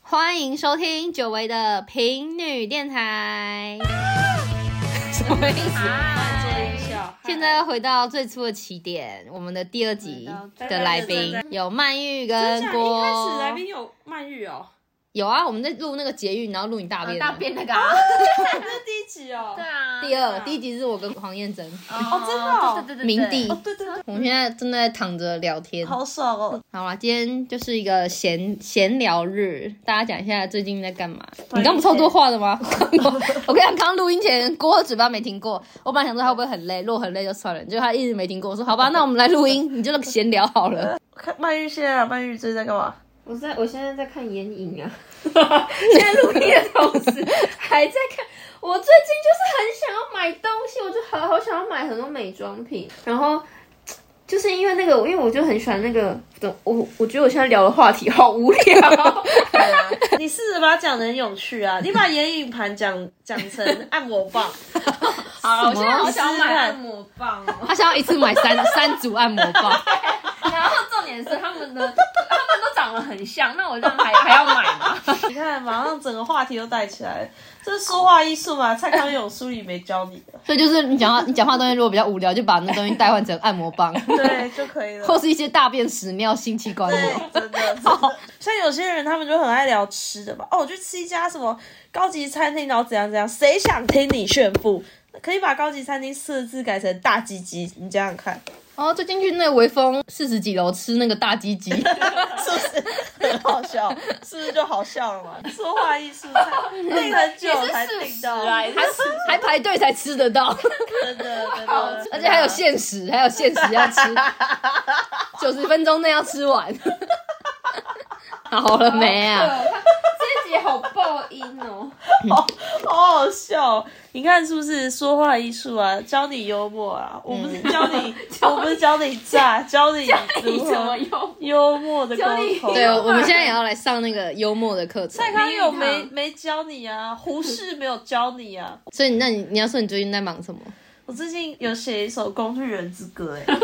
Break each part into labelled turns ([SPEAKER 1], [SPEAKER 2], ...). [SPEAKER 1] 欢迎收听久违的平女电台。
[SPEAKER 2] 什么意思？
[SPEAKER 3] 嗨，
[SPEAKER 1] 现在回到最初的起点，我们的第二集的来宾
[SPEAKER 3] 对对对
[SPEAKER 1] 有曼玉
[SPEAKER 3] 真
[SPEAKER 1] 跟
[SPEAKER 3] 假
[SPEAKER 1] 郭。
[SPEAKER 3] 一开始来宾有曼玉哦，
[SPEAKER 1] 有啊，我们在录那个捷运，然后录你大便的。
[SPEAKER 2] 大便那个啊？
[SPEAKER 3] 这是第一集哦。
[SPEAKER 2] 对啊，
[SPEAKER 1] 第二
[SPEAKER 3] 啊
[SPEAKER 1] 第一集是我跟黄燕珍，
[SPEAKER 2] 哦
[SPEAKER 3] 真的哦
[SPEAKER 2] 对对对对，
[SPEAKER 1] 明帝
[SPEAKER 3] 哦，对对对，
[SPEAKER 1] 我们现在正在躺着聊天。
[SPEAKER 3] 好爽哦。
[SPEAKER 1] 好啦，今天就是一个闲闲聊日，大家讲一下最近在干嘛。你刚不超多话的吗？ 我我跟你讲，刚录音前郭的嘴巴没停过，我本来想说他会不会很累，如果很累就算了，结果他一直没停过。我说好吧，那我们来录音，你就闲聊好了。
[SPEAKER 3] 看曼玉现在啊，曼玉最近在干嘛？
[SPEAKER 2] 我在我现在在看眼影 啊，现在录音的同时还在看。我最近就是很想要买东西，我就好好想要买很多美妆品，然后。就是因为那个，因为我就很喜欢那个，我我觉得我现在聊的话题好无 聊，
[SPEAKER 3] 你试着把它讲的很有趣啊，你把眼影盘讲讲成按摩棒，
[SPEAKER 2] 好了，我现在好
[SPEAKER 3] 试试
[SPEAKER 2] 想买
[SPEAKER 3] 看
[SPEAKER 2] 按摩棒哦。
[SPEAKER 1] 他想要一次买三三组按摩棒，
[SPEAKER 2] 然后重点是他们的， 他们都长得很像，那我这样还还要买吗？
[SPEAKER 3] 你看马上整个话题都带起来了，这是说话艺术嘛？蔡康永书里没教你的，
[SPEAKER 1] 所以就是你讲话你讲话的东西如果比较无聊，就把那东西代换成按摩棒，
[SPEAKER 3] 对就可以了。
[SPEAKER 1] 或是一些大便屎尿性器官炎。
[SPEAKER 3] 对，真的，真的像有些人他们就很爱聊吃的吧。哦，我去吃一家什么高级餐厅，然后怎样怎样。谁想听你炫富？可以把高级餐厅四个字改成大鸡鸡，你想想看，
[SPEAKER 1] 哦，最近去那个微风四十几楼吃那个大鸡鸡，
[SPEAKER 3] 是不是很好笑？是不是就好笑了嘛？ 说话艺术菜，定很久才定到，
[SPEAKER 2] 还
[SPEAKER 3] 真
[SPEAKER 2] 啊是
[SPEAKER 1] 还排队才吃得到，
[SPEAKER 3] 的真的，
[SPEAKER 1] 而且还有限时，还有限时要吃，九十分钟内要吃完。 好了没啊？
[SPEAKER 2] 这一集好爆音哦！
[SPEAKER 3] 好好笑。你看是不是说话艺术啊？教你幽默啊，我不是教 你，我不是教你炸，教你如
[SPEAKER 2] 嗯你怎么
[SPEAKER 3] 何
[SPEAKER 2] 用？
[SPEAKER 3] 幽默的沟
[SPEAKER 2] 教你
[SPEAKER 3] 通。
[SPEAKER 1] 对，我们现在也要来上那个幽默的课程
[SPEAKER 3] 蔡。康永
[SPEAKER 2] 名
[SPEAKER 3] 没
[SPEAKER 2] 人堂
[SPEAKER 3] 没教你啊，胡适没有教你啊。
[SPEAKER 1] 所以，那你你要说你最近在忙什么？
[SPEAKER 3] 我最近有写一首《工具人之 歌》哎，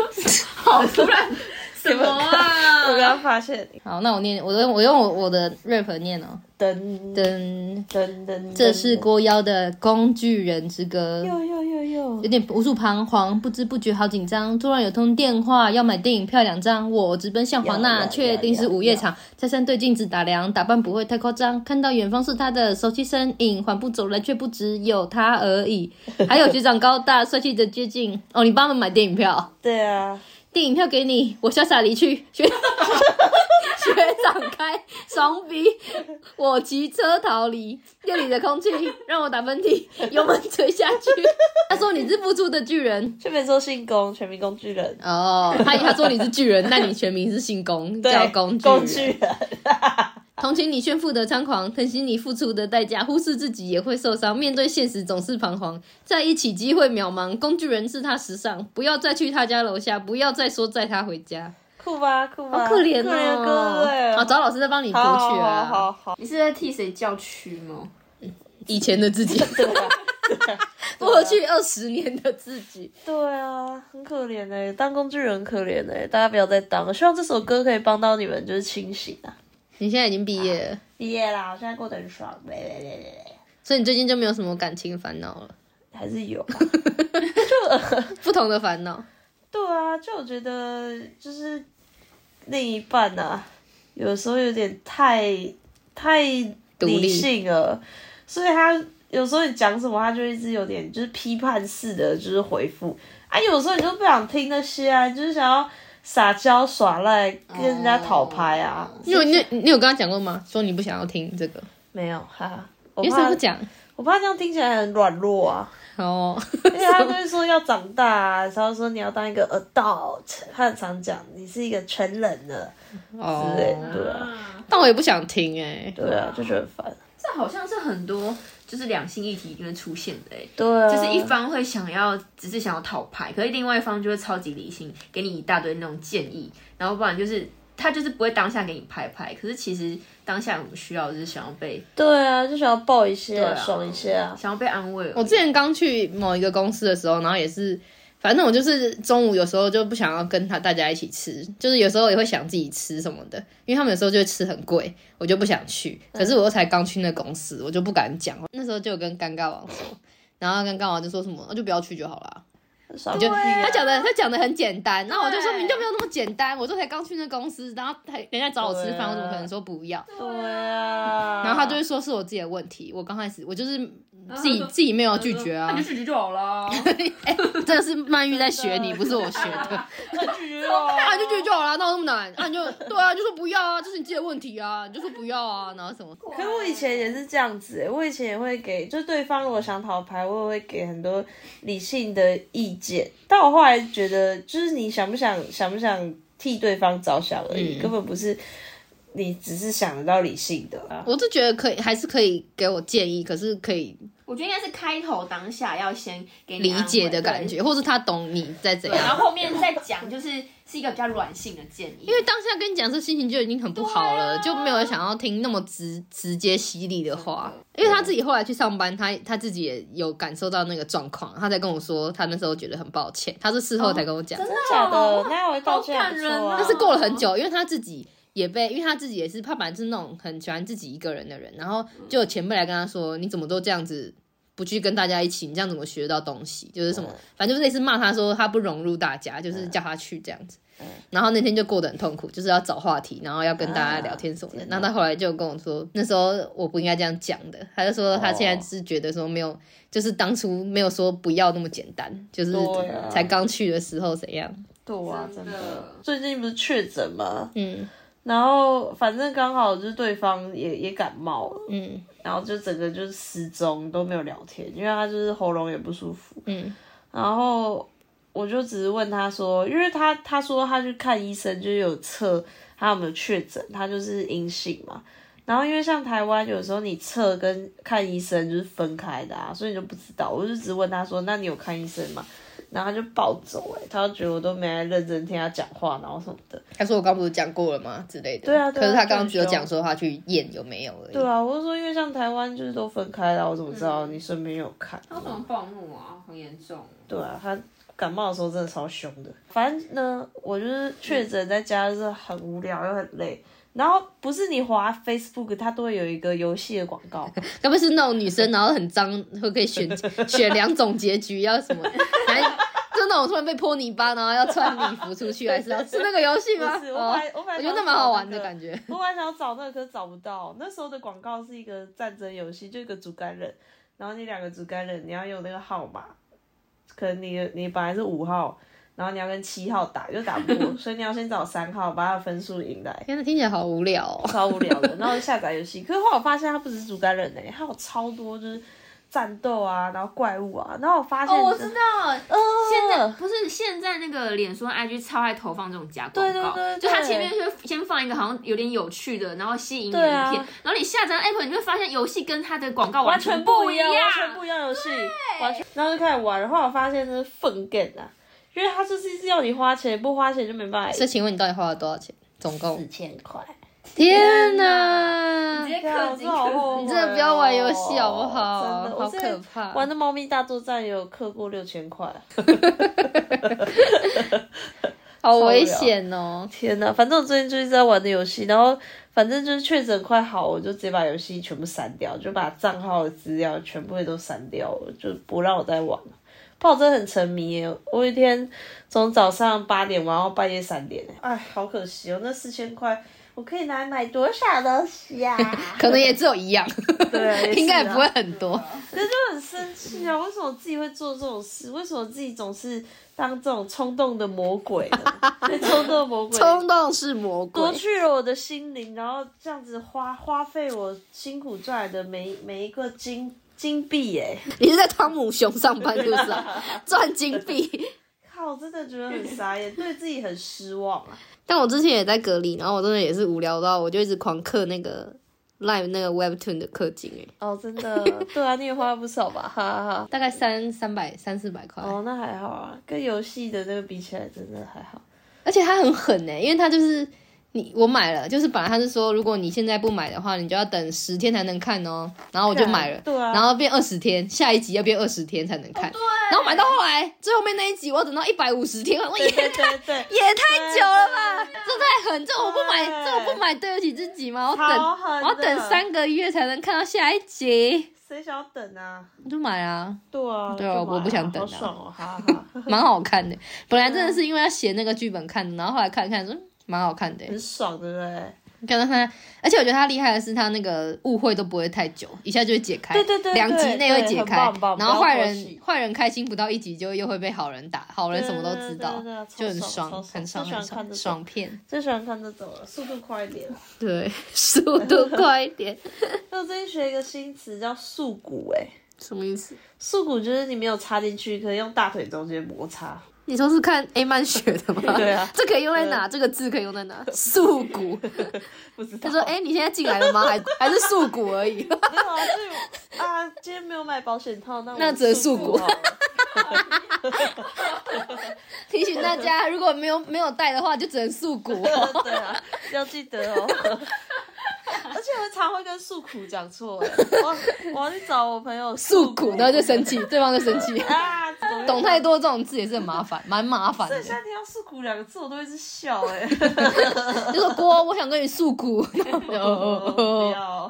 [SPEAKER 2] 好突然，什么啊？
[SPEAKER 3] 我刚发现，
[SPEAKER 1] 好，那我念，我用我用我我的 rap 念哦。
[SPEAKER 3] 噔噔
[SPEAKER 1] 噔，
[SPEAKER 3] 噔噔，
[SPEAKER 1] 这是郭妖的《工具人之歌》。
[SPEAKER 3] 哟哟哟
[SPEAKER 1] 有，
[SPEAKER 3] 哟
[SPEAKER 1] 点无助彷徨，不知不觉好紧张。突然有通电话要买电影票两张，我直奔向华
[SPEAKER 3] 要
[SPEAKER 1] 纳，
[SPEAKER 3] 要
[SPEAKER 1] 确定是午夜场。再三对镜子打量，打扮不会太夸张。看到远方是他的熟悉身影，缓步走来，却不只有他而已。还有学长高大帅气的接近。哦，你帮他们买电影票，
[SPEAKER 3] 对啊，
[SPEAKER 1] 电影票给你，我潇洒离去。 学学长开双臂，我骑车逃离。夜里的空气让我打喷嚏，油门吹下去。 他说你是付出的巨人。
[SPEAKER 3] 全民周信工，全民工具人，
[SPEAKER 1] 哦，他他说你是巨人，那你全名是姓 龚，叫
[SPEAKER 3] 对，
[SPEAKER 1] 龚巨人
[SPEAKER 3] 工具人，
[SPEAKER 1] 同情你炫富的猖狂，疼惜你付出的代价，忽视自己也会受伤，面对现实总是彷徨，在一起机会渺茫。工具人是他时尚，不要再去他家楼下，不要再说载他回家，
[SPEAKER 3] 酷吧酷吧，
[SPEAKER 1] 好可怜
[SPEAKER 3] 可怜的
[SPEAKER 1] 哦
[SPEAKER 3] 歌对。。
[SPEAKER 1] 好，找老师再帮你补曲
[SPEAKER 3] 好好好
[SPEAKER 1] 啊。
[SPEAKER 3] 好好，
[SPEAKER 2] 你是在替谁叫屈吗？
[SPEAKER 1] 以前的自己， 过去二十年的自己。
[SPEAKER 3] 对啊，很可怜哎、当工具人很可怜哎、大家不要再当了。希望这首歌可以帮到你们，就是清醒啊！
[SPEAKER 1] 你现在已经毕业了，
[SPEAKER 3] 毕业啦，我现在过得很爽，喂喂喂喂喂。
[SPEAKER 1] 所以你最近就没有什么感情烦恼了，
[SPEAKER 3] 还是有啊。
[SPEAKER 1] 不同的烦恼。
[SPEAKER 3] 对啊，就我觉得就是另一半啊，有时候有点太太
[SPEAKER 1] 独立
[SPEAKER 3] 理性了，所以他有时候你讲什么，他就一直有点就是批判式的，就是回复啊。有时候你就不想听那些啊，你就是想要撒娇耍赖，跟人家讨拍啊。
[SPEAKER 1] 你有你有你有跟他讲过吗？说你不想要听这个，
[SPEAKER 3] 没有，哈哈。我
[SPEAKER 1] 你为什么
[SPEAKER 3] 怕
[SPEAKER 1] 不讲？
[SPEAKER 3] 我怕这样听起来很软弱啊，
[SPEAKER 1] 哦，
[SPEAKER 3] 因为他都会说要长大、啊，然后说你要当一个 adult，他很常讲你是一个成人了。之类的
[SPEAKER 1] 哦，
[SPEAKER 3] 对啊，
[SPEAKER 2] 啊，
[SPEAKER 1] 但我也不想听哎、
[SPEAKER 3] 对啊，就觉得很烦。
[SPEAKER 2] 这好像是很多就是两性议题里面出现的哎、
[SPEAKER 3] 对啊，
[SPEAKER 2] 就是一方会想要，只是想要讨牌，可是另外一方就会超级理性，给你一大堆那种建议，然后不然就是他就是不会当下给你拍拍，可是其实当下我们需要的是想要被
[SPEAKER 3] 对啊，就想要抱一些、
[SPEAKER 2] 啊
[SPEAKER 3] 爽一些啊。
[SPEAKER 2] 想要被安慰而已。
[SPEAKER 1] 我之前刚去某一个公司的时候，然后也是反正我就是中午有时候就不想要跟他大家一起吃，就是有时候也会想自己吃什么的，因为他们有时候就会吃很贵，我就不想去。可是我又才刚去那公司，我就不敢讲。那时候就有跟尴尬王说，然后尴尬王就说什么，那哦就不要去就好了。
[SPEAKER 3] 耍
[SPEAKER 1] 就
[SPEAKER 3] 屁
[SPEAKER 1] 他
[SPEAKER 3] 啊！
[SPEAKER 1] 讲的他讲的很简单，那我就说
[SPEAKER 2] 对
[SPEAKER 1] 明就没有那么简单，我就才刚去那公司，然后他人家找我吃
[SPEAKER 3] 对啊
[SPEAKER 1] 饭，我怎么可能说不要？
[SPEAKER 3] 对啊，
[SPEAKER 1] 然后他就会说是我自己的问题，我刚开始我就是自己
[SPEAKER 2] 啊
[SPEAKER 1] 自己没有拒绝啊
[SPEAKER 2] 那，就拒绝就好了。
[SPEAKER 1] 真的是曼玉在学你，不是我学 的。
[SPEAKER 3] 那拒绝哦，
[SPEAKER 1] 啊，你就拒绝就好了，闹那么难？啊，你就 对啊，就说不要啊，这是你自己的问题啊，你就说不要啊，然后什么？
[SPEAKER 3] 可是我以前也是这样子欸、我以前也会给，就对方如果想讨牌，我也会给很多理性的意见。但我后来觉得，就是你想不想想不想替对方着想而已，
[SPEAKER 1] 嗯
[SPEAKER 3] 根本不是你只是想得到理性的啊。
[SPEAKER 1] 我是觉得可以，还是可以给我建议，可是可以
[SPEAKER 2] 我觉得应该是开头当下要先给你
[SPEAKER 1] 理解的感
[SPEAKER 2] 觉。
[SPEAKER 1] 觉，或是他懂你在怎
[SPEAKER 2] 对然
[SPEAKER 1] 样。
[SPEAKER 2] 后后面再讲，就是是一个比较软性的建议。因
[SPEAKER 1] 因为当下跟你讲这心情就已经很不好了，就没有想要听那么直直接犀利的话。因为他自己后来去上班，他他自己也有感受到那个状况，他才跟我说，他那时候觉得很抱歉，他是事后才跟我讲。
[SPEAKER 2] 真的
[SPEAKER 3] 真假的
[SPEAKER 2] 哦，
[SPEAKER 3] 那我道歉
[SPEAKER 2] 好
[SPEAKER 3] 不
[SPEAKER 2] 感
[SPEAKER 3] 错
[SPEAKER 2] 人哦。
[SPEAKER 3] 啊
[SPEAKER 1] 但是过了很久，因为他自己也被，因为他自己也是他本来是那种很喜欢自己一个人的人，然后就有前辈来跟他说，你怎么都这样子。不去跟大家一起，你这样怎么学到东西？就是
[SPEAKER 3] 嗯
[SPEAKER 1] 什么，反正就是类似骂他说他不融入大家，就是叫他去这样子。
[SPEAKER 3] 嗯
[SPEAKER 1] 然后那天就过得很痛苦，就是要找话题，然后要跟大家聊天什么的
[SPEAKER 3] 啊。
[SPEAKER 1] 那他后来就跟我说，那时候我不应该这样讲的。他就说他现在是觉得说没有，就是当初没有说不要那么简单，就是
[SPEAKER 3] 对啊
[SPEAKER 1] 才刚去的时候怎样。
[SPEAKER 3] 对啊，真
[SPEAKER 2] 真的
[SPEAKER 3] 的。最近不是确诊吗？
[SPEAKER 1] 嗯
[SPEAKER 3] 然后反正刚好就是对方也也感冒了，
[SPEAKER 1] 嗯
[SPEAKER 3] 然后就整个就是失踪都没有聊天，因为他就是喉咙也不舒服。
[SPEAKER 1] 嗯
[SPEAKER 3] 然后我就只是问他说，因为他他说他去看医生，就是有测他有没有确诊，他就是阴性嘛。然后因为像台湾有时候你测跟看医生就是分开的啊，所以你就不知道。我就只问他说，那你有看医生吗？然后他就暴走哎、欸，他就觉得我都没来认真听他讲话，然后什么的。
[SPEAKER 1] 他说我刚不是讲过了吗？之类的。
[SPEAKER 3] 对啊对啊
[SPEAKER 1] 可是他刚刚只有讲说他去验有没有而已。
[SPEAKER 3] 对啊，我就说因为像台湾就是都分开了，我怎么知道你身边有看？
[SPEAKER 2] 为什么暴怒啊？很严重。
[SPEAKER 3] 对啊，他感冒的时候真的超凶的。反正呢，我就是确诊在家就是很无聊又很累。然后不是你滑 Facebook，它都会有一个游戏的广告，
[SPEAKER 1] 该不是那种女生，然后很脏，会可以选 选两种结局，要 什么？还就那种突然被泼泥巴，然后要穿礼服出去，还是要是那个游戏吗？
[SPEAKER 3] 不是我
[SPEAKER 1] 哦
[SPEAKER 3] 本来，我本来
[SPEAKER 1] 我觉得
[SPEAKER 3] 想
[SPEAKER 1] 那蛮好玩的
[SPEAKER 3] 找那个
[SPEAKER 1] 感觉。
[SPEAKER 3] 我本来想要找那个，可是找不到。那时候的广告是一个战争游戏，就一个竹竿人，然后你两个竹竿人，你要用那个号码，可能你你本来是五号，然后你要跟七号打，又打不过，所以你要先找三号，把他的分数赢来。
[SPEAKER 1] 天哪，听起来好无聊哦。
[SPEAKER 3] 超无聊的，然后就下载游戏。可是后来我发现它不只是竹竿人呢、它有超多就是战斗啊，然后怪物啊，然后我发现
[SPEAKER 2] 哦，我知道，现在
[SPEAKER 3] 呃
[SPEAKER 2] 不是现在那个脸书、IG 超爱投放这种假广告，
[SPEAKER 3] 对对对对
[SPEAKER 2] 就它前面就先放一个好像有点有趣的，然后吸引你的
[SPEAKER 3] 对
[SPEAKER 2] 影
[SPEAKER 3] 啊
[SPEAKER 2] 片，然后你下载 app，你就会发现游戏跟它的广告
[SPEAKER 3] 完
[SPEAKER 2] 全
[SPEAKER 3] 全不
[SPEAKER 2] 一
[SPEAKER 3] 一样，完全不一样游戏，完全。然后就开始玩，然后我发现这是粪 g 啊，因为它就是一直要你花钱，不花钱就没办法
[SPEAKER 1] 这
[SPEAKER 3] 赢。
[SPEAKER 1] 请问你到底花了多少钱？总 共？
[SPEAKER 3] 千块，
[SPEAKER 1] 天哪
[SPEAKER 2] 直！接
[SPEAKER 3] 我
[SPEAKER 2] 氪
[SPEAKER 3] 真
[SPEAKER 2] 金
[SPEAKER 3] 的好后悔哦
[SPEAKER 2] 氪
[SPEAKER 1] 你真的不要玩游戏好不好
[SPEAKER 3] 真的，
[SPEAKER 1] 好
[SPEAKER 3] 我之前
[SPEAKER 1] 可怕
[SPEAKER 3] 玩的《猫咪大作战》也有氪过六千块，
[SPEAKER 1] 好危险哦！？
[SPEAKER 3] 天哪！反正我最近就是在玩的游戏，然后反正就是确诊快好，我就直接把游戏全部删掉，就把账号的资料全部也都删掉了，就不让我再玩了。不然我真的很沉迷耶，我有一天从早上八点玩到半夜三点耶，哎，好可惜哦，那四千块我可以拿来买多少东西 呀、啊
[SPEAKER 1] 可能也只有一样，
[SPEAKER 3] 对啊，也是啊
[SPEAKER 1] 应该也不会很多。
[SPEAKER 3] 可是就很生气啊！为什么自己会做这种事？为什么自己总是当这种冲动的魔鬼 呢？冲动的魔鬼，
[SPEAKER 1] 冲动是魔鬼
[SPEAKER 3] 夺。去了我的心灵，然后这样子花花费我辛苦赚来的每每一个金金币，哎，
[SPEAKER 1] 你是在汤姆熊上班是不是啊、 赚金币。
[SPEAKER 3] 靠，我真的觉得很傻眼，对自己很失望啊。
[SPEAKER 1] 但我之前也在隔离，然后我真的也是无聊到，我就一直狂刻那个 Live 那个 Webtoon 的氪金、欸，
[SPEAKER 3] 哦，真的，对啊，你也花了不少吧，哈哈哈。
[SPEAKER 1] 大概三三百三四百块，
[SPEAKER 3] 哦，那还好啊，跟游戏的那个比起来，真的还好。
[SPEAKER 1] 欸而且它很狠哎、因为它就是你我买了，就是本来他是说，如果你现在不买的话，你就要等十天才能看哦。然后我就买了，
[SPEAKER 3] 对啊
[SPEAKER 1] 然后变二十天，下一集要变二十天才能看。
[SPEAKER 2] 对，
[SPEAKER 1] 然后买到后来最后面那一集，我要等到一百五十天，我也
[SPEAKER 3] 对对
[SPEAKER 1] 太
[SPEAKER 3] 对对，
[SPEAKER 1] 也太久了吧，
[SPEAKER 3] 哎
[SPEAKER 1] 这太狠，这我不买，
[SPEAKER 3] 对
[SPEAKER 1] 这我不买，对得起自己吗？我
[SPEAKER 3] 哎超
[SPEAKER 1] 等
[SPEAKER 3] 狠
[SPEAKER 1] 我
[SPEAKER 3] 的
[SPEAKER 1] 要等三个月才能看到下一集，
[SPEAKER 3] 谁想要等啊？
[SPEAKER 1] 我就买 啊，
[SPEAKER 3] 对啊，
[SPEAKER 1] 对啊
[SPEAKER 3] 干嘛呀
[SPEAKER 1] 我不想等啊
[SPEAKER 3] 好爽哦，哈哈，哈
[SPEAKER 1] 蛮好看的。本来真的
[SPEAKER 3] 嗯
[SPEAKER 1] 是因为要写那个剧本看的，然后后来看看说嗯蛮好看的，
[SPEAKER 3] 很爽，对不对？
[SPEAKER 1] 看到他，而且我觉得他厉害的是，他那个误会都不会太久，一下就会解开。
[SPEAKER 3] 对对对对
[SPEAKER 1] 两集内会解
[SPEAKER 3] 对
[SPEAKER 1] 开
[SPEAKER 3] 很棒很。棒
[SPEAKER 1] 然后坏
[SPEAKER 3] 不要过
[SPEAKER 1] 人
[SPEAKER 3] 气
[SPEAKER 1] 坏人开心不到一集，就又会被好人打，好人什么都知道，
[SPEAKER 3] 对对对对
[SPEAKER 1] 就很
[SPEAKER 3] 超爽
[SPEAKER 1] 爽，
[SPEAKER 3] 超爽
[SPEAKER 1] 很爽，
[SPEAKER 3] 超喜欢
[SPEAKER 1] 很
[SPEAKER 3] 看
[SPEAKER 1] 爽，
[SPEAKER 3] 这种
[SPEAKER 1] 爽片。
[SPEAKER 3] 最喜欢看这种了，速度快一点。
[SPEAKER 1] 对，速度快一点，
[SPEAKER 3] 那我最近学一个新词叫“束骨”，哎，
[SPEAKER 1] 什么意思？
[SPEAKER 3] 束骨就是你没有插进去，可以用大腿中间摩擦。
[SPEAKER 1] 你说是看 A 漫学的吗？
[SPEAKER 3] 对啊
[SPEAKER 1] 这可以用在哪？这个字可以用在哪？素骨。
[SPEAKER 3] 不知道。
[SPEAKER 1] 他说：“哎、你现在进来了吗？还还是素骨而已。
[SPEAKER 3] 哦 没有啊，就啊，今天没有买保险套，那
[SPEAKER 1] 那
[SPEAKER 3] 那
[SPEAKER 1] 只能束骨
[SPEAKER 3] 骨好了。
[SPEAKER 1] 提醒大家，如果没有没有带的话，就只能素 骨哦、
[SPEAKER 3] 对啊，要记得哦。 而且我常会跟诉苦讲错，哎，我我要去找我朋友
[SPEAKER 1] 诉苦，然后就生气，对方就生气。
[SPEAKER 3] 啊，
[SPEAKER 1] 懂太。多这种字也是很麻烦，蛮麻烦
[SPEAKER 3] 所
[SPEAKER 1] 的
[SPEAKER 3] 以。现在听到“诉苦”两个字，我都一直笑哎、
[SPEAKER 1] 就说郭，我想跟你哦诉 苦。
[SPEAKER 3] 不要，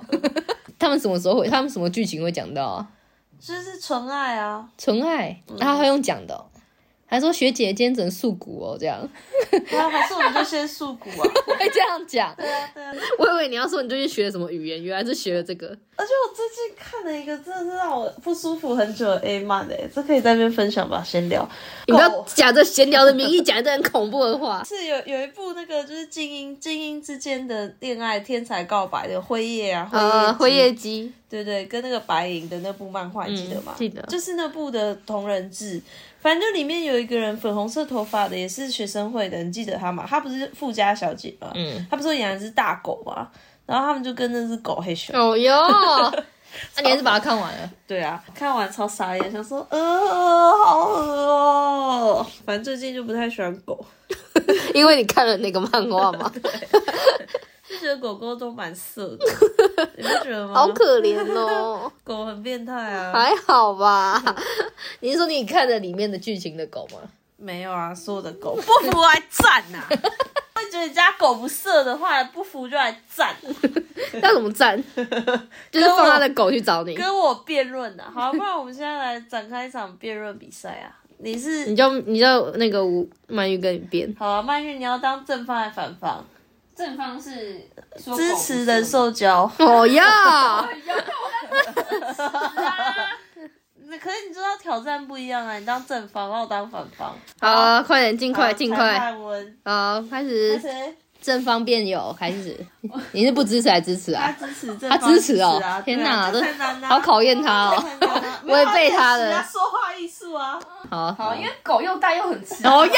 [SPEAKER 1] 他们什么时候会？他们什么剧情会讲到啊？
[SPEAKER 3] 就是纯爱啊，
[SPEAKER 1] 纯爱，然后他用讲的哦、还说学姐今天只能诉苦哦，这样
[SPEAKER 3] 对啊，还是我们就先诉苦啊。
[SPEAKER 1] 会这样讲。
[SPEAKER 3] 对啊，对啊。
[SPEAKER 1] 我以为你要说你最近学了什么语言，原来是学了这个。
[SPEAKER 3] 而且我最近看了一个真的是让我不舒服很久的 A 漫哎、这可以在这边分享吧，先聊。
[SPEAKER 1] 你不要
[SPEAKER 3] 狗。
[SPEAKER 1] 假着闲聊的名义讲一堆很恐怖的话
[SPEAKER 3] 是有有一部那个就是精英精英之间的恋爱天才告白的辉夜啊，辉夜、
[SPEAKER 1] 呃，辉夜姬，
[SPEAKER 3] 对对，跟那个白银的那部漫画你记得吗？
[SPEAKER 1] 嗯记得
[SPEAKER 3] 就是那部的同人志，反正就里面有一个人粉红色头发的，也是学生会的，你记得他吗？他不是富家小姐吗？嗯，他不是养一只大狗吗？然后他们就跟那只狗黑熊。
[SPEAKER 1] 哦 哟，那你还是把它看完了。
[SPEAKER 3] 对啊，看完超傻眼，想说呃，好恶哦。反正最近就不太喜欢狗，
[SPEAKER 1] 因为你看了那个漫画 吗？
[SPEAKER 3] 就觉得狗狗都蛮色的， 你不觉得吗？
[SPEAKER 1] 好可怜哦，
[SPEAKER 3] 狗很变态啊！
[SPEAKER 1] 还好吧？你是说你看了里面的剧情的狗 吗？
[SPEAKER 3] 没有啊，所有的狗不服还赞 呐、会觉得你家狗不色的话，不服就来赞，
[SPEAKER 1] 要怎么赞？就是放他的狗去找你，
[SPEAKER 3] 跟我辩论呐、好，不然我们现在来展开一场辩论比赛啊！你
[SPEAKER 1] 你
[SPEAKER 3] 是
[SPEAKER 1] 就你就那个吴曼玉跟你辩，
[SPEAKER 3] 好啊，曼玉，你要当正方还是反方？
[SPEAKER 2] 正方是说
[SPEAKER 3] 支持人兽交。
[SPEAKER 1] 哦呀，
[SPEAKER 3] 那 可是你知道挑战不一样啊，你当正方，然后我当反方。
[SPEAKER 1] 好啊，快点，尽快，
[SPEAKER 3] 好
[SPEAKER 1] 尽
[SPEAKER 3] 裁
[SPEAKER 1] 快，
[SPEAKER 3] 判文
[SPEAKER 1] 好，开
[SPEAKER 3] 那
[SPEAKER 1] 始
[SPEAKER 3] 谁？
[SPEAKER 1] 正方辩友，开始， 你是不支持还支持
[SPEAKER 3] 他
[SPEAKER 1] 啊？
[SPEAKER 3] 支持正
[SPEAKER 1] 他
[SPEAKER 3] 方，
[SPEAKER 1] 支持哦
[SPEAKER 3] 啊！
[SPEAKER 1] 天
[SPEAKER 3] 哪，
[SPEAKER 1] 哪
[SPEAKER 3] 这
[SPEAKER 1] 这
[SPEAKER 3] 太难了
[SPEAKER 1] 好考验他
[SPEAKER 3] 这
[SPEAKER 1] 哦
[SPEAKER 3] 太难了
[SPEAKER 1] 我也被他
[SPEAKER 3] 没有
[SPEAKER 1] 了
[SPEAKER 3] 啊练习啊说话艺术啊。
[SPEAKER 1] 好，好
[SPEAKER 2] 好，因为狗又大又很吃。
[SPEAKER 1] 哦呀，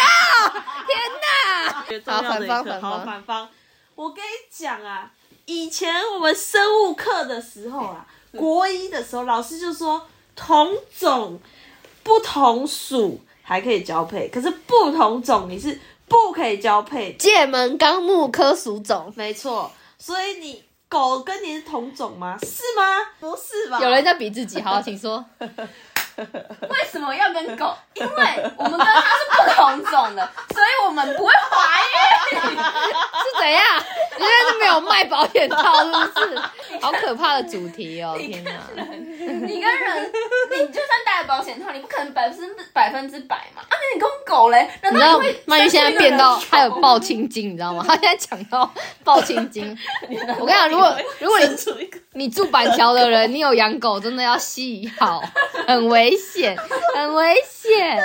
[SPEAKER 1] 天哪！
[SPEAKER 3] 好
[SPEAKER 1] 反方反
[SPEAKER 3] 好
[SPEAKER 1] 方
[SPEAKER 3] 反方。我跟你讲啊，以前我们生物课的时候啊，
[SPEAKER 1] 嗯
[SPEAKER 3] 国一的时候，老师就说同种不同属还可以交配，可是不同种你是不可以交配的。
[SPEAKER 1] 界门纲目科属种，
[SPEAKER 3] 没错，所以你狗跟你是同种吗？是吗？不是 吧？
[SPEAKER 1] 有人在比自己，好，请说。
[SPEAKER 2] 为什么要跟狗？因为我们跟它是不同种的，所以我们不会怀孕。
[SPEAKER 1] 是怎样？人家是没有卖保险套，是不 是？好可怕的主题哦！天哪，
[SPEAKER 2] 你跟人，你就算戴了保险套，你不可能百分之百分之百嘛。啊，那你跟狗嘞？难
[SPEAKER 1] 你知道
[SPEAKER 2] 道你会
[SPEAKER 1] 曼玉现在变到
[SPEAKER 2] 还
[SPEAKER 1] 还有抱青筋，你知道吗？她现在讲到抱青筋。我跟你讲，如果如果你
[SPEAKER 3] 出一个
[SPEAKER 1] 你住板桥的人，你有养狗，真的要系好，很危险，很危险。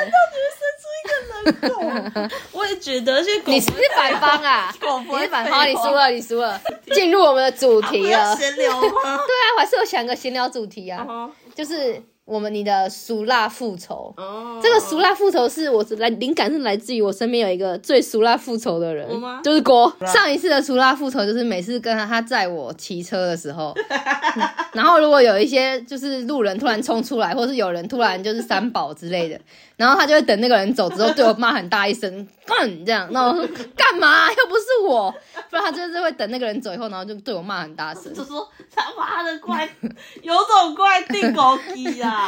[SPEAKER 3] 狗，啊我也觉得，而且狗
[SPEAKER 1] 你是反方啊？
[SPEAKER 3] 狗不
[SPEAKER 1] 你
[SPEAKER 3] 会
[SPEAKER 1] 是反
[SPEAKER 3] 废
[SPEAKER 1] 方，
[SPEAKER 3] 话
[SPEAKER 1] 你输了，你输了。进入我们的主
[SPEAKER 3] 不
[SPEAKER 1] 题
[SPEAKER 3] 要
[SPEAKER 1] 了。
[SPEAKER 3] 闲聊吗？
[SPEAKER 1] 对啊，我还是有想个闲聊主题啊，
[SPEAKER 3] 哦
[SPEAKER 1] 就是。我们你的俗辣复仇。
[SPEAKER 3] 哦，
[SPEAKER 1] 这个俗辣复仇是我来灵感是来自于我身边有一个最俗辣复仇的人
[SPEAKER 3] 我吗，
[SPEAKER 1] 就是郭。上一次的俗辣复仇就是每次跟他他载我骑车的时候，嗯然后如果有一些就是路人突然冲出来，或是有人突然就是三宝之类的，然后他就会等那个人走之后对我骂很大一声“干”这样，然后我说干嘛又不是我，不然他就是会等那个人走以后，然后就对我骂很大声。
[SPEAKER 3] 就说他妈的怪， 有种怪定狗啊机呀！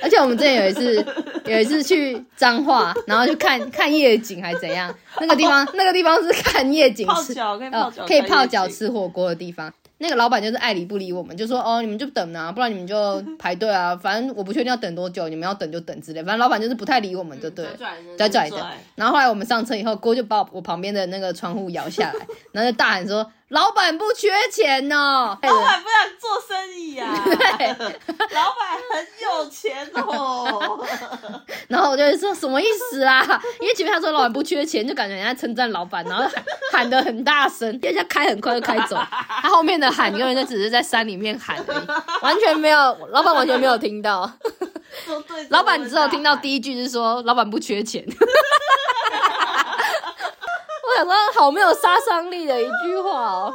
[SPEAKER 1] 而且我们之前有一 次，有一次去彰化，然后去看看夜景还是怎样，那个地方那个地方是看夜景
[SPEAKER 3] 哦泡
[SPEAKER 1] 吃，
[SPEAKER 3] 脚可以泡
[SPEAKER 1] 哦
[SPEAKER 3] 脚，
[SPEAKER 1] 可以泡
[SPEAKER 3] 看
[SPEAKER 1] 脚
[SPEAKER 3] 夜景。
[SPEAKER 1] 吃火锅的地方。那个老板就是爱理不理我们，就说哦你们就等啊，不然你们就排队 啊，反正我不确定要等多久，你们要等就等之类，反正老板就是不太理我们，就对了。拽拽的
[SPEAKER 3] 嗯拽。
[SPEAKER 1] 然后后来我们上车以后，郭就把我旁边的那个窗户摇下来，然后就大喊说：“老板不缺钱哦！”
[SPEAKER 3] 老板不想做生意呀、哦
[SPEAKER 1] 对
[SPEAKER 3] 老板很有钱哦。
[SPEAKER 1] 然后我就会说什么意思啊？ 因为前面他说老板不缺钱，就感觉人家称赞老板，然后喊喊得很大声，人家开很快就开走。他后面的喊永远就只是在山里面喊而已，完全没有老板完全没有听到。
[SPEAKER 3] 做对啊
[SPEAKER 1] 老板只有听到第一句是说老板不缺 钱。我想说好没有杀伤力的一句话哦。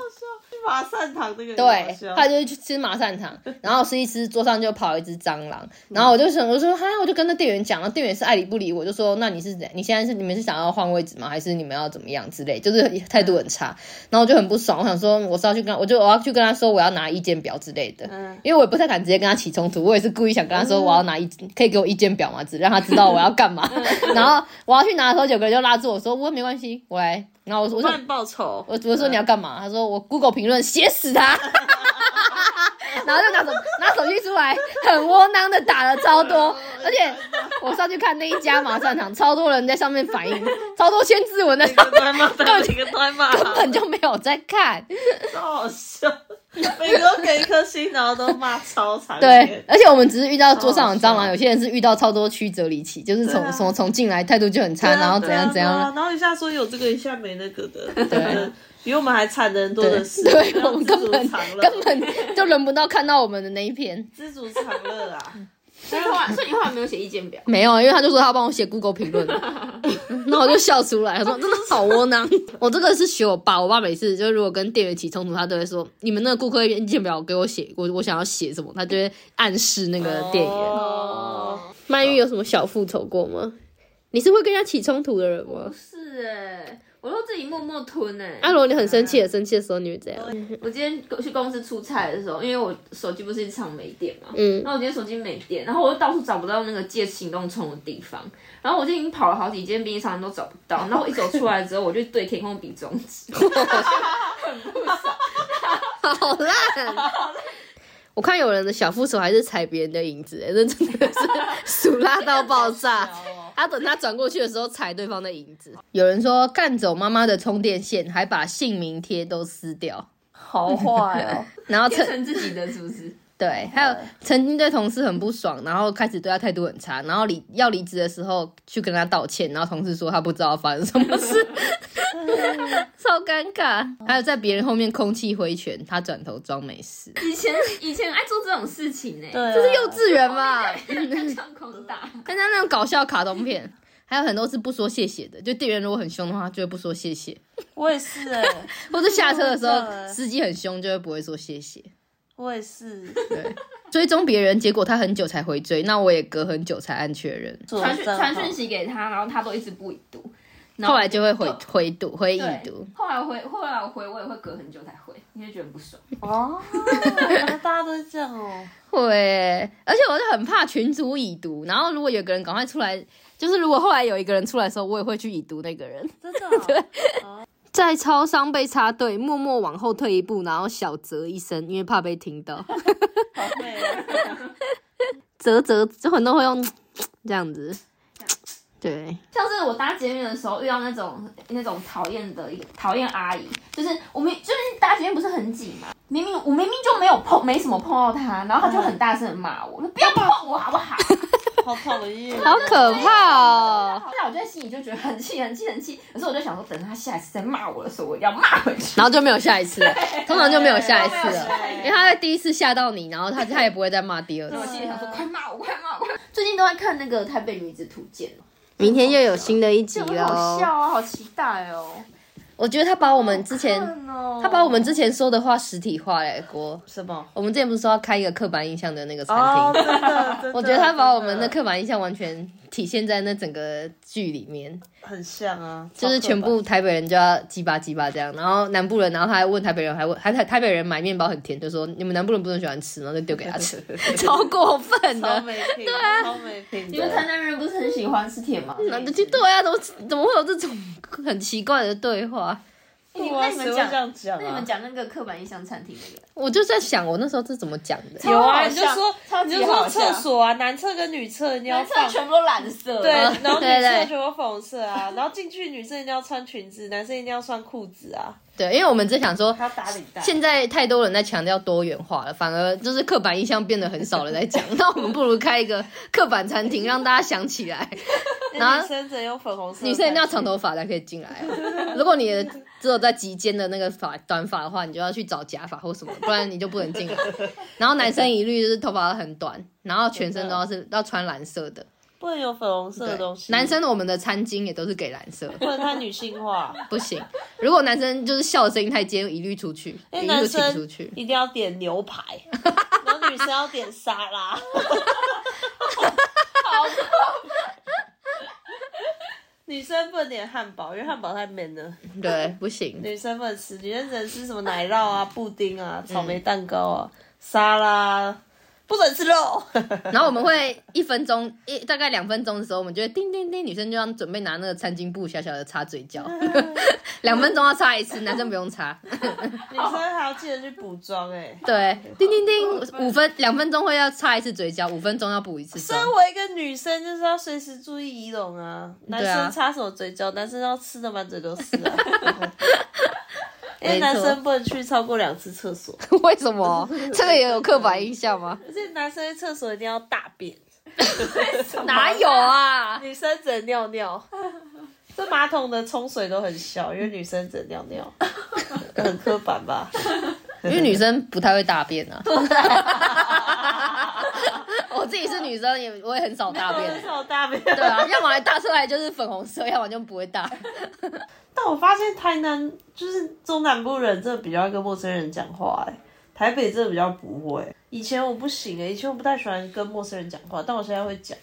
[SPEAKER 3] 去爬善堂这个也好
[SPEAKER 1] 对
[SPEAKER 3] 笑，
[SPEAKER 1] 他就去吃麻善堂， 然后吃一吃，桌上就跑一只蟑 螂，然后我就想，我就说哈，我就跟那店员讲，然后店员是爱理不理我，就说那你是怎，你现在是你们是想要换位置吗？还是你们要怎么样之类，就是态度很
[SPEAKER 3] 嗯
[SPEAKER 1] 差，然后我就很不爽，我想说我是要去跟他，我就我要去跟他说我要拿意见表之类的，
[SPEAKER 3] 嗯
[SPEAKER 1] 因为我也不太敢直接跟他起冲突，我也是故意想跟他说我要拿意，可以给我意见表嘛，只让他知道我要干嘛， 然后我要去拿的时候，有个人就拉住我说我没关系，我来，然后我说我说
[SPEAKER 3] 帮你报仇。
[SPEAKER 1] 我我说你要干
[SPEAKER 3] 嗯
[SPEAKER 1] 嘛？他说我 Google 评论写死 他，然后就拿手拿手机出来，很窝囊的打了超 多，而且我上去看那一家麻善堂，超多人在上面反 应，超多千字文在
[SPEAKER 3] 一个
[SPEAKER 1] 上面，
[SPEAKER 3] 在 骂，一个在骂，
[SPEAKER 1] 根本就没有在看。
[SPEAKER 3] 超好笑。每个都给一颗星，然后都骂超啊长。
[SPEAKER 1] 对，，而且我们只是遇到桌上的蟑
[SPEAKER 3] 好
[SPEAKER 1] 螂，
[SPEAKER 3] 好笑
[SPEAKER 1] 有些人是遇到超多曲折离奇，就是
[SPEAKER 3] 哦对
[SPEAKER 1] 从
[SPEAKER 3] 啊
[SPEAKER 1] 从从进来态度就很差，然后怎样怎
[SPEAKER 3] 对啊对
[SPEAKER 1] 样
[SPEAKER 3] 啊，然后一下说有这个，一下没那个的， 对，比我们还惨的人多
[SPEAKER 1] 对
[SPEAKER 3] 的是，，
[SPEAKER 1] 对我们根本根
[SPEAKER 3] 根
[SPEAKER 1] 本就轮不到看到我们的那一篇。
[SPEAKER 3] 知足常乐啊，
[SPEAKER 2] 所以后来，所以你后来没有写意见表。
[SPEAKER 1] 没有，因为他就说他帮我写 Google 评论，那我就笑出来，我说真的好窝囊。我这个是学我爸，我爸每次就如果跟店员起冲突，他都会说你们那个顾客意见表给我写，我我想要写什么，他就会暗示那个店员。
[SPEAKER 3] 哦，
[SPEAKER 1] 曼玉有什么小复仇过吗？你是会跟人家起冲突的人吗
[SPEAKER 2] 不？是哎、我都自己默默吞哎、
[SPEAKER 1] 阿罗，你很生气，很生气的时候你会怎样？
[SPEAKER 2] 我今天去公司出差的时候，因为我手机不是一直常没电嘛，
[SPEAKER 1] 嗯
[SPEAKER 2] 然后我今天手机没电，然后我又到处找不到那个借行动充的地方，然后我就已经跑了好几间便利商店都找不到，然后我一走出来之后，我就对天空比中 指，
[SPEAKER 1] 好烂！ 我看有人的小副手还是踩别人的影子、欸， 那真的是俗辣到爆炸。他等他转过去的时候踩对方的影子。有人说干走妈妈的充电线，还把姓名贴都撕掉，
[SPEAKER 3] 好坏哦，
[SPEAKER 1] 然后
[SPEAKER 2] 变
[SPEAKER 1] 曾
[SPEAKER 2] 成自己的是不是？
[SPEAKER 1] 对，还有曾经对同事很不爽，然后开始对他态度很差，然后离要离职的时候去跟他道歉，然后同事说他不知道发生什么事，超尴尬。还有在别人后面空气挥拳，他转头装没事。
[SPEAKER 2] 以前 以前爱做这种事情呢、
[SPEAKER 3] 对，啊
[SPEAKER 2] 欸，
[SPEAKER 1] 这是幼稚园 吧？
[SPEAKER 2] 像空 打，
[SPEAKER 1] 看他那种搞笑卡通片，还有很多是不说谢谢的。就店员如果很凶的话，他就会不说谢谢；
[SPEAKER 3] 我也是哎，
[SPEAKER 1] 或者下车的时
[SPEAKER 3] 真的
[SPEAKER 1] 候，
[SPEAKER 3] 欸
[SPEAKER 1] 司机很凶，就会不会说谢谢。
[SPEAKER 3] 我也是，
[SPEAKER 1] 对，追踪别人，结果他很久才回追，那我也隔很久才按确认，
[SPEAKER 2] 传讯传讯
[SPEAKER 3] 息，
[SPEAKER 2] 息给他，然后他都一直不已读，然
[SPEAKER 1] 后哦
[SPEAKER 2] 后
[SPEAKER 1] 来就会回回读回已
[SPEAKER 2] 对
[SPEAKER 1] 读。
[SPEAKER 2] 后来我回后来我回我也会隔很久才回，因为觉得很不爽。
[SPEAKER 3] 哦，原来大家都是这样哦，
[SPEAKER 1] 会欸，而且我就很怕群主已读，然后如果有个人赶快出来，就是如果后来有一个人出来的时候，我也会去已读那个人。
[SPEAKER 3] 真 的哦，
[SPEAKER 1] 在超商被插队，默默往后退一步，然后小啧一声，因为怕被听到。
[SPEAKER 3] 好美哦，
[SPEAKER 1] 啧啧，就很多人会用这样子。对，
[SPEAKER 2] 像是我搭捷运的时候遇到那种那种讨厌的一个讨厌阿姨，就是我明就是搭捷运不是很挤嘛，明明我明明就没有碰没什么碰到她，然后她就很大声的骂我，说不要碰我好不好？
[SPEAKER 3] 好讨厌，
[SPEAKER 1] 好可怕哦！
[SPEAKER 2] 啊那我就在心里就觉得很气很气很气，可是我就想说，等她下一次再骂我的时候，我一定要骂回 去。
[SPEAKER 1] 然后就没有下一次了，通常就没有下一次
[SPEAKER 2] 都没有
[SPEAKER 1] 了。
[SPEAKER 2] 下一次
[SPEAKER 1] 因为他在第一次吓到你，然后他他也不会再骂第二
[SPEAKER 2] 我
[SPEAKER 1] 次。
[SPEAKER 2] 心里想说，快骂我，快骂我！快最近都在看那个《台北女子图鉴》哦，
[SPEAKER 1] 明天又有新的一集
[SPEAKER 2] 这
[SPEAKER 3] 哦
[SPEAKER 2] 个好
[SPEAKER 1] 喽，
[SPEAKER 2] 笑啊，好期待哦。
[SPEAKER 1] 我觉得他把我们之前
[SPEAKER 2] 看哦
[SPEAKER 1] 他把我们之前说的话实体化嘞，郭。
[SPEAKER 3] 什么？
[SPEAKER 1] 我们之前不是说要开一个刻板印象的那个餐
[SPEAKER 3] 哦，
[SPEAKER 1] 厅？
[SPEAKER 3] 真的，真的
[SPEAKER 1] 我觉得他把我们的
[SPEAKER 3] 真
[SPEAKER 1] 刻板印象完全体现在那整个剧里面，
[SPEAKER 3] 很像啊，
[SPEAKER 1] 就是全部台北人就要鸡巴鸡巴这样，然后南部人，然后他还问台北人，还问还台台北人买面包很甜，就说你们南部人不是很喜欢吃，然后就丢给他吃，超过分
[SPEAKER 3] 超
[SPEAKER 1] 的。
[SPEAKER 3] 没 品，对啊，超没品
[SPEAKER 2] 你们台
[SPEAKER 3] 的。
[SPEAKER 2] 南人不是很喜欢吃铁
[SPEAKER 3] 嗯
[SPEAKER 2] 吗？
[SPEAKER 1] 那就对啊，怎么怎么会有这种很奇怪的对话？
[SPEAKER 2] 你那
[SPEAKER 3] 哇
[SPEAKER 2] 哎你
[SPEAKER 3] 谁
[SPEAKER 2] 们
[SPEAKER 3] 会
[SPEAKER 2] 讲，
[SPEAKER 3] 这样讲啊
[SPEAKER 2] 那你们讲那个刻板印象餐厅那个，
[SPEAKER 1] 我就在想，我那时候是怎么讲的？
[SPEAKER 3] 有啊，
[SPEAKER 2] 超好
[SPEAKER 3] 你就
[SPEAKER 2] 笑
[SPEAKER 3] 说
[SPEAKER 2] 超
[SPEAKER 3] 你
[SPEAKER 2] 级
[SPEAKER 3] 就说
[SPEAKER 2] 好笑
[SPEAKER 3] 厕所啊，男厕跟女厕你要
[SPEAKER 2] 男厕
[SPEAKER 3] 放。
[SPEAKER 2] 全部都蓝色，
[SPEAKER 3] 对，然后女
[SPEAKER 1] 对对
[SPEAKER 3] 厕全部粉色啊，然后进去女生一定要穿裙子，男生一定要穿裤子啊，
[SPEAKER 1] 对，因为我们只想说
[SPEAKER 3] 还，要打领带。
[SPEAKER 1] 现在太多人在强调多元化了，反而就是刻板印象变得很少了在讲。那我们不如开一个刻板餐厅，让大家想起来，
[SPEAKER 3] 那女生只能用粉红色的
[SPEAKER 1] 女
[SPEAKER 3] 感觉，
[SPEAKER 1] 生一定要长头发才可以进来啊、如果你的只有在及肩的那个发短发的话，你就要去找假发或什么，不然你就不能进来。然后男生一律就是头发很短，然后全身都要是要穿蓝色的。
[SPEAKER 3] 不能有粉红色的
[SPEAKER 1] 对
[SPEAKER 3] 东西。
[SPEAKER 1] 男生的我们的餐巾也都是给蓝色，
[SPEAKER 3] 不能太女性化，
[SPEAKER 1] 不行。如果男生就是笑声太尖，一律出去，
[SPEAKER 3] 因
[SPEAKER 1] 一律
[SPEAKER 3] 为男
[SPEAKER 1] 就请
[SPEAKER 3] 生
[SPEAKER 1] 出去。
[SPEAKER 3] 一定要点牛 排，然后女生要点沙拉。
[SPEAKER 2] 好
[SPEAKER 3] 女生不能点汉堡，因为汉堡太 man 了。
[SPEAKER 1] 对，不行。
[SPEAKER 3] 女生不能吃，女生只能吃什么奶酪啊、布丁啊、草莓蛋糕啊、沙拉，啊不准吃 肉。
[SPEAKER 1] 然后我们会一分钟一大概两分钟的时候，我们就会叮叮叮，女生就要准备拿那个餐巾布小小的擦嘴角， 两分钟要擦一次，男生不用擦。
[SPEAKER 3] 女生还要记得去补妆 哎。
[SPEAKER 1] 对，叮叮叮，五分两分钟会要擦一次嘴角，五分钟要补一次
[SPEAKER 3] 身
[SPEAKER 1] 妆。
[SPEAKER 3] 为一个女生，就是要随时注意仪容啊。男生擦什么嘴角，男生要吃的满嘴都是啊。 因
[SPEAKER 1] 没
[SPEAKER 3] 为
[SPEAKER 1] 错
[SPEAKER 3] 男生不能去超过两次厕所，
[SPEAKER 1] 为什么？这个也有刻板印象 吗？
[SPEAKER 3] 而且男生去厕所一定要大便，
[SPEAKER 1] 哪有 啊？
[SPEAKER 3] 女生只能尿 尿。这马桶的冲水都很小，因为女生只能尿尿，很刻板吧？
[SPEAKER 1] 因为女生不太会大便 啊。我自己是女生，也我也很少大便
[SPEAKER 3] 很。少大便。
[SPEAKER 1] 对啊，要么来大出来就是粉红色，要么就不会大。
[SPEAKER 3] 但我发现台南就是中南部人，真的比较会跟陌生人讲话、欸，台北真的比较不会。以前我不行哎、以前我不太喜欢跟陌生人讲话，但我现在会讲。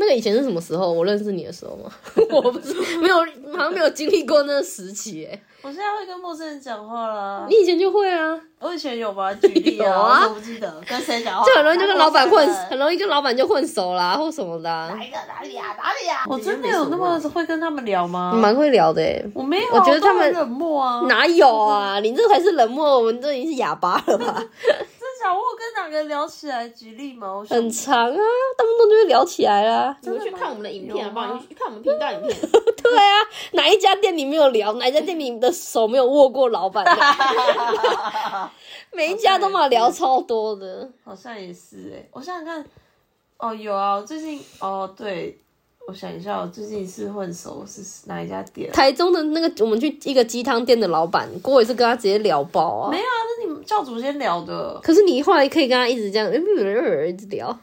[SPEAKER 1] 那个以前是什么时候？我认识你的时候吗？ 我不是没有，好像没有经历过那个时期哎。
[SPEAKER 3] 我现在会跟陌生人讲话啦。
[SPEAKER 1] 你以前就会啊，
[SPEAKER 3] 我以前有吗？举例
[SPEAKER 1] 有
[SPEAKER 3] 啊，
[SPEAKER 1] 啊
[SPEAKER 3] 我都不记得跟谁讲话，
[SPEAKER 1] 就很容易就跟老板
[SPEAKER 3] 陌
[SPEAKER 1] 混
[SPEAKER 3] 生，人
[SPEAKER 1] 很容易跟老板就混熟啦，或什么的啊、
[SPEAKER 2] 哪一个哪里啊哪里啊！
[SPEAKER 3] 我真的有那么会跟他们聊吗？
[SPEAKER 1] 蛮会聊的哎。
[SPEAKER 3] 我没有
[SPEAKER 1] 我
[SPEAKER 3] 啊，
[SPEAKER 1] 觉得他们
[SPEAKER 3] 都很冷漠啊。
[SPEAKER 1] 哪有啊？你这才是冷漠，我们都已经是哑巴了吧？
[SPEAKER 3] 真假？我有跟哪个聊起来？举例吗？我想
[SPEAKER 1] 很长啊，动不动就会聊起来啦。
[SPEAKER 2] 你们去看我们的影片好不
[SPEAKER 3] 有
[SPEAKER 2] 好？
[SPEAKER 3] 吗
[SPEAKER 2] 你去看我们频道影片，
[SPEAKER 1] 对啊，哪一家店你没有聊？哪一家店你的手没有握过老板的？每一家都嘛聊超多的。
[SPEAKER 3] 好像也是哎、我想想看，哦，有啊，我最近哦，对，我想一下，我最近一次混熟是哪一家店啊？
[SPEAKER 1] 台中的那个，我们去一个鸡汤店的老板，郭也是跟他直接聊爆啊
[SPEAKER 3] 没。有啊，那你们教主先聊的，
[SPEAKER 1] 可是你后来可以跟他一直这样，呃一直聊。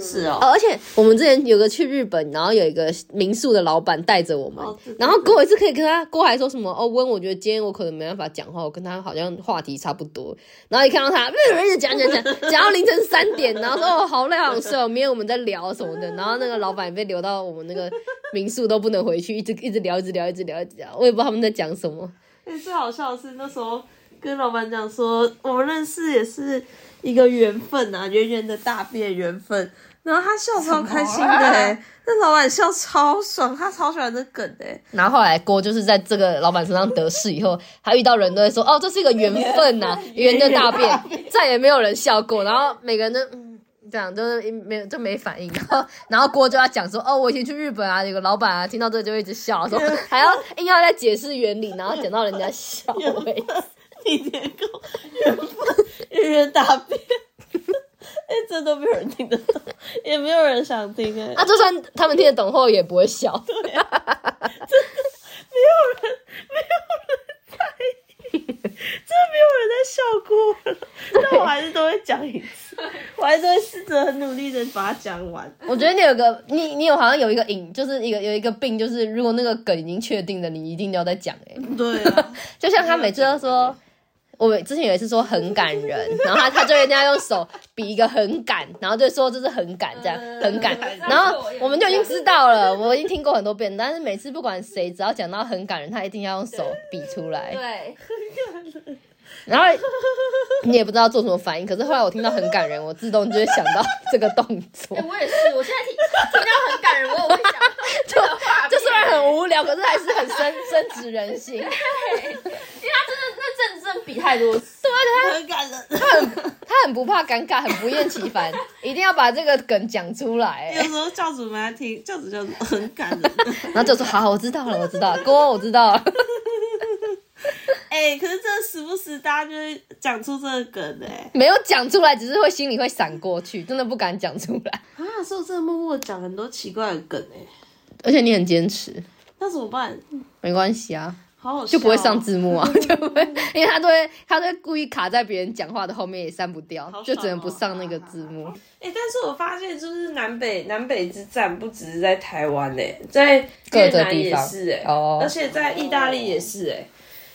[SPEAKER 3] 是哦，
[SPEAKER 1] 哦，而且我们之前有个去日本，然后有一个民宿的老板带着我们，
[SPEAKER 3] 哦对对
[SPEAKER 1] 然后郭也是可以跟他，郭还说什么哦，温，我觉得今天我可能没办法讲话，我跟他好像话题差不多，然后一看到他， 一直讲讲讲，讲到凌晨三点，然后说哦好累好想睡哦，明天我们再聊什么的，然后那个老板也被留到我们那个民宿都不能回去，一直一直聊，一直聊，一直聊，一直聊，我也不知道他们在讲什么，
[SPEAKER 3] 那欸最好笑的是那时候跟老板讲说，我们认识也是一个缘分啊，圆圆的大便缘分。然后他笑超开心的、欸，那老板笑超爽，他超喜欢这梗的、欸。
[SPEAKER 1] 然后后来郭就是在这个老板身上得势以后，他遇到人都会说：“哦，这是一个缘分呐、缘的大便。”再也没有人笑过，然后每个人都嗯这样，就是没有就没反应。然后 然后郭就要讲说：“哦，我以前去日本啊，有个老板啊，听到这就一直笑，说还要硬要再解释原理，然后讲到人家笑为止。
[SPEAKER 3] 一点够缘分，圆圆大便。 哎、真的没有人听得懂，也没有人想听哎、
[SPEAKER 1] 那、就算他们听得懂后也不会笑。
[SPEAKER 3] 真的没有人在笑过了。但我还是都会讲一次，我还是会试着很努力的把它讲完。
[SPEAKER 1] 我觉得你有个你你有好像有一个瘾，就是一个有一个病，就是如果那个梗已经确定了，你一定要再讲哎、
[SPEAKER 3] 对啊，
[SPEAKER 1] 就像他每次都说，我之前有一次说很感人，然后他他就一定要用手比一个很感，然后就说这是很感这样嗯很感，然后我们就已经知道了，我已经听过很多遍，但是每次不管谁只要讲到很感人，他一定要用手比出来，
[SPEAKER 2] 对，
[SPEAKER 1] 然后你也不知道做什么反应，可是后来我听到很感人，我自动就会想到这个动 作
[SPEAKER 2] 哎、，我也是，我现在听听到很感人，我也会想这个画面
[SPEAKER 1] 就虽然很无聊，可是还是很深 深植人心。
[SPEAKER 2] 因为他真的那阵子真的比太多次，
[SPEAKER 3] 很感人。
[SPEAKER 1] 他很不怕尴尬，很不厌其烦，一定要把这个梗讲出来。
[SPEAKER 3] 有时候教主们来听，教主教主很感人。
[SPEAKER 1] 然后就说：“好，我知道了，我知道了，哥，我知道了。
[SPEAKER 3] 哎、可是这时不时大家就会讲出这个梗哎、”
[SPEAKER 1] 没有讲出来，只是会心里会闪过去，真的不敢讲出来。
[SPEAKER 3] 啊，所以我真的默默讲很多奇怪的梗哎、
[SPEAKER 1] 而且你很坚持，
[SPEAKER 3] 那怎么办？
[SPEAKER 1] 没关系啊，
[SPEAKER 3] 好好笑哦
[SPEAKER 1] 就不会上字幕啊，就不会，因为他都会，他都会故意卡在别人讲话的后面，也删不掉，
[SPEAKER 3] 好爽哦
[SPEAKER 1] 就只能不上那个字幕。
[SPEAKER 3] 哎、但是我发现就是南北南北之战不只是在台湾哎、在
[SPEAKER 1] 各
[SPEAKER 3] 越
[SPEAKER 1] 个
[SPEAKER 3] 南
[SPEAKER 1] 地
[SPEAKER 3] 也
[SPEAKER 1] 方
[SPEAKER 3] 是哎、
[SPEAKER 1] 哦
[SPEAKER 3] 而且在意大利也是哎、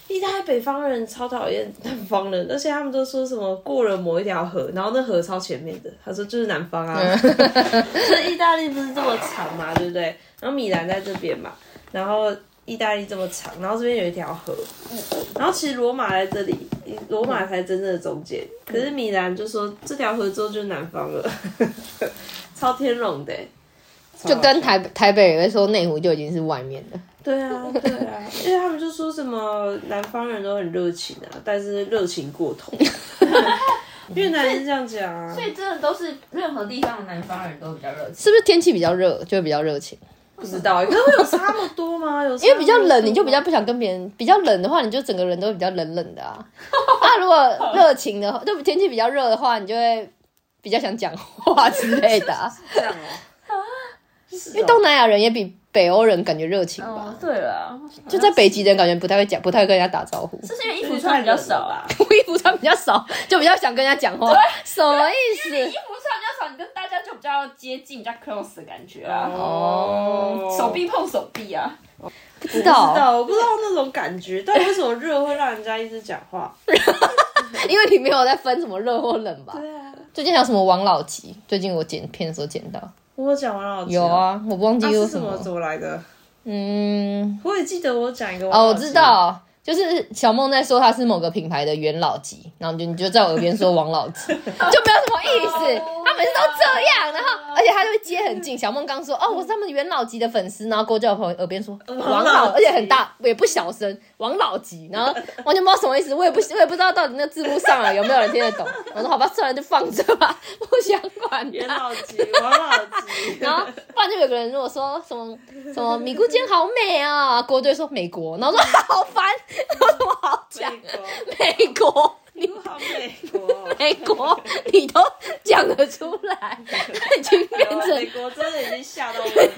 [SPEAKER 3] 意大利北方人超讨厌南方人，而且他们都说什么过了某一条河，然后那河超前面的，他说就是南方啊，
[SPEAKER 1] 嗯
[SPEAKER 3] 就是意大利不是这么长嘛，对不对？然后米兰在这边嘛，然后意大利这么长，然后这边有一条河，然后其实罗马在这里，罗马才真正的中间，可是米兰就说这条河之后就是南方了， 超天龙的欸、超
[SPEAKER 1] 就
[SPEAKER 3] 好笑
[SPEAKER 1] 跟台台北人会说内湖就已经是外面了，
[SPEAKER 3] 对啊，对啊，因为他们就说什么南方人都很热情啊，但是热情过头。越南人是这样讲啊
[SPEAKER 2] 所，以真的都是任何地方的南方人都比较热情。
[SPEAKER 1] 是不是天气比较热就会比较热情？
[SPEAKER 3] 不知道欸，可是会有差那么多吗？有因
[SPEAKER 1] 因为比较冷，你就比较不想跟别人。比较冷的话，你就整个人都比较冷冷的啊。 那如果热情的话，就天气比较热的话，你就会比较想讲话之类的、 啊。
[SPEAKER 3] 这样哦、是
[SPEAKER 1] 因为
[SPEAKER 3] 哦
[SPEAKER 1] 东南亚人也比北欧人感觉热情吧，
[SPEAKER 2] 哦，对了，
[SPEAKER 1] 就在北极的人感觉不太会讲，不太会跟人家打招呼。
[SPEAKER 2] 这是因为衣服穿比较少啊。
[SPEAKER 3] 吧。
[SPEAKER 1] 我衣服穿比较少，就比较想跟人家讲话，什么意
[SPEAKER 2] 衣服穿
[SPEAKER 1] 思？
[SPEAKER 2] 比较少，你跟大家就比较接近、比较 close 的感觉啊。
[SPEAKER 3] 哦
[SPEAKER 2] 手臂碰手臂啊，
[SPEAKER 1] 不知
[SPEAKER 3] 不知
[SPEAKER 1] 道，
[SPEAKER 3] 道，我不知道那种感觉，但为什么热会让人家一直讲话？
[SPEAKER 1] 因为你没有在分什么热或冷吧？
[SPEAKER 3] 对啊，
[SPEAKER 1] 最近还有什么王老吉？最近我剪片的时候剪到，
[SPEAKER 3] 我有讲完了，
[SPEAKER 1] 有，啊，我忘记
[SPEAKER 3] 啊
[SPEAKER 1] 有
[SPEAKER 3] 是
[SPEAKER 1] 什
[SPEAKER 3] 什
[SPEAKER 1] 么
[SPEAKER 3] 么，怎么来的？
[SPEAKER 1] 嗯。
[SPEAKER 3] 我也记得我讲一个，
[SPEAKER 1] 哦，我知，道，就是小梦在说他是某个品牌的元老级，然后你就你就在我耳边说王老 吉，就没有什么意思。他每次都这样，然后而且他就会接很近。小梦刚说哦，我是他们元老级的粉丝，然后郭教朋友耳边说王老，而且很大，也不小声，王老吉，然后完全不知道什么意思，我也不我也不知道到底那字幕上啊了有没有人听得懂。我说好吧，算了，就放着吧， 不想管
[SPEAKER 3] 元
[SPEAKER 1] 他。
[SPEAKER 3] 老级，王老级，
[SPEAKER 1] 然后不然就有个人如果说什么什么米姑间好美啊，郭队说美国，然后说好烦，有什么好讲？
[SPEAKER 3] 美国，
[SPEAKER 1] 美国，你
[SPEAKER 3] 我好美国。哦
[SPEAKER 1] 美国你都讲得出来，他已经变
[SPEAKER 3] 美
[SPEAKER 1] 成
[SPEAKER 3] 国真的已经吓到我了，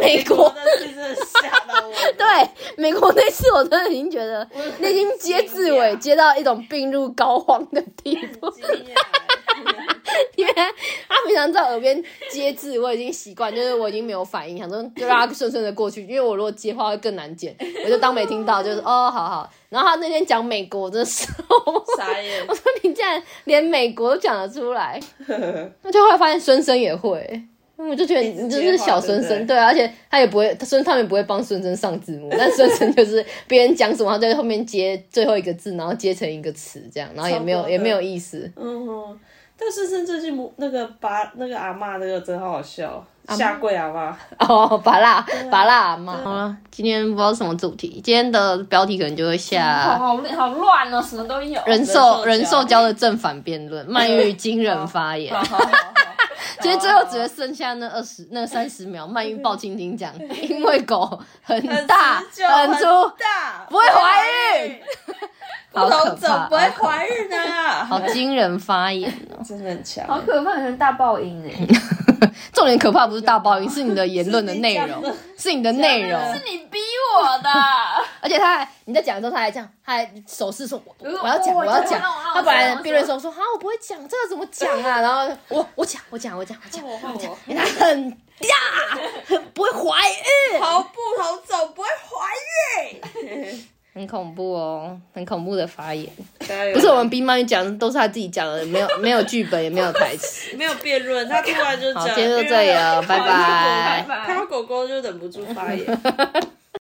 [SPEAKER 1] 美国。
[SPEAKER 3] 那次真的吓到我了。
[SPEAKER 1] 对，美国那次我真的已经觉得，那已经接字尾接到一种病入膏肓的地步，
[SPEAKER 3] 惊讶欸，
[SPEAKER 1] 因为他平常在耳边接字，我已经习惯，就是我已经没有反应，想说就让他顺顺的过去，因为我如果接话会更难剪，我就当没听到，就是哦，好好。然后他那天讲美国，我真的受不了
[SPEAKER 3] 傻眼
[SPEAKER 1] 我。说你竟然连美国都讲得出来，那就后来发现孙生也会。我就觉得你就是小孙
[SPEAKER 3] 对
[SPEAKER 1] 生，
[SPEAKER 3] 不对
[SPEAKER 1] 对啊，而且他也不会，他孙他们也不会帮孙生上字幕，但孙生就是别人讲什么，他就在后面接最后一个字，然后接成一个词这样，然后也没
[SPEAKER 3] 超
[SPEAKER 1] 有
[SPEAKER 3] 多的
[SPEAKER 1] 也没有意思。
[SPEAKER 3] 嗯，但是深圳最近那个把那个阿嬷那个真好好笑，下跪阿嬷。
[SPEAKER 1] 哦，拔蜡拔蜡嘛。好了，今天不知道什么主题，今天的标题可能就会
[SPEAKER 2] 好
[SPEAKER 1] 下
[SPEAKER 2] 好好乱哦，什么都有。
[SPEAKER 1] 人
[SPEAKER 3] 人
[SPEAKER 1] 兽
[SPEAKER 3] 兽
[SPEAKER 1] 人兽
[SPEAKER 3] 交
[SPEAKER 1] 交的正反辩论，鳗鱼经人发言。
[SPEAKER 2] 好好好好
[SPEAKER 1] 其实最后只会剩下那二十、那三十秒，鳗鱼抱青青讲，因为狗很大、
[SPEAKER 3] 持久很
[SPEAKER 1] 粗，
[SPEAKER 3] 大，
[SPEAKER 1] 不会怀孕，好
[SPEAKER 3] 不
[SPEAKER 1] 可
[SPEAKER 3] 同种
[SPEAKER 1] 怕，
[SPEAKER 3] 不会怀孕啊，
[SPEAKER 1] 好惊人发言哦！
[SPEAKER 3] 真的很强。
[SPEAKER 2] 好可怕，可能大爆音哎！
[SPEAKER 1] 重点可怕不是大报应，是你的言论的内容，是你的内容。
[SPEAKER 2] 是你逼我 的。
[SPEAKER 1] 而且他还你在讲的时候，他还这样，他还手势说我
[SPEAKER 2] 如果
[SPEAKER 1] 我要讲，
[SPEAKER 2] 哦我
[SPEAKER 1] 我要
[SPEAKER 2] 讲
[SPEAKER 1] 讲。
[SPEAKER 2] 哦我要
[SPEAKER 1] 他本来
[SPEAKER 2] 讲
[SPEAKER 1] 辩论的时候说啊，我不会讲，这个怎么讲啊？然后我我讲，我讲，我讲，我讲，
[SPEAKER 2] 我换我，
[SPEAKER 1] 因为他很大，很 不会怀孕，
[SPEAKER 4] 跑步好走，不会怀孕。
[SPEAKER 1] 很恐怖哦，很恐怖的发言。
[SPEAKER 3] 加油
[SPEAKER 1] 不是我们冰曼玉讲的，都是他自己讲的，没有没有剧本，也没有台词。
[SPEAKER 3] 没有辩论，他突然就
[SPEAKER 1] 好，
[SPEAKER 3] 讲，
[SPEAKER 1] 今天就这里了，拜拜。
[SPEAKER 2] 拜拜。
[SPEAKER 3] 他狗狗就忍不住发言。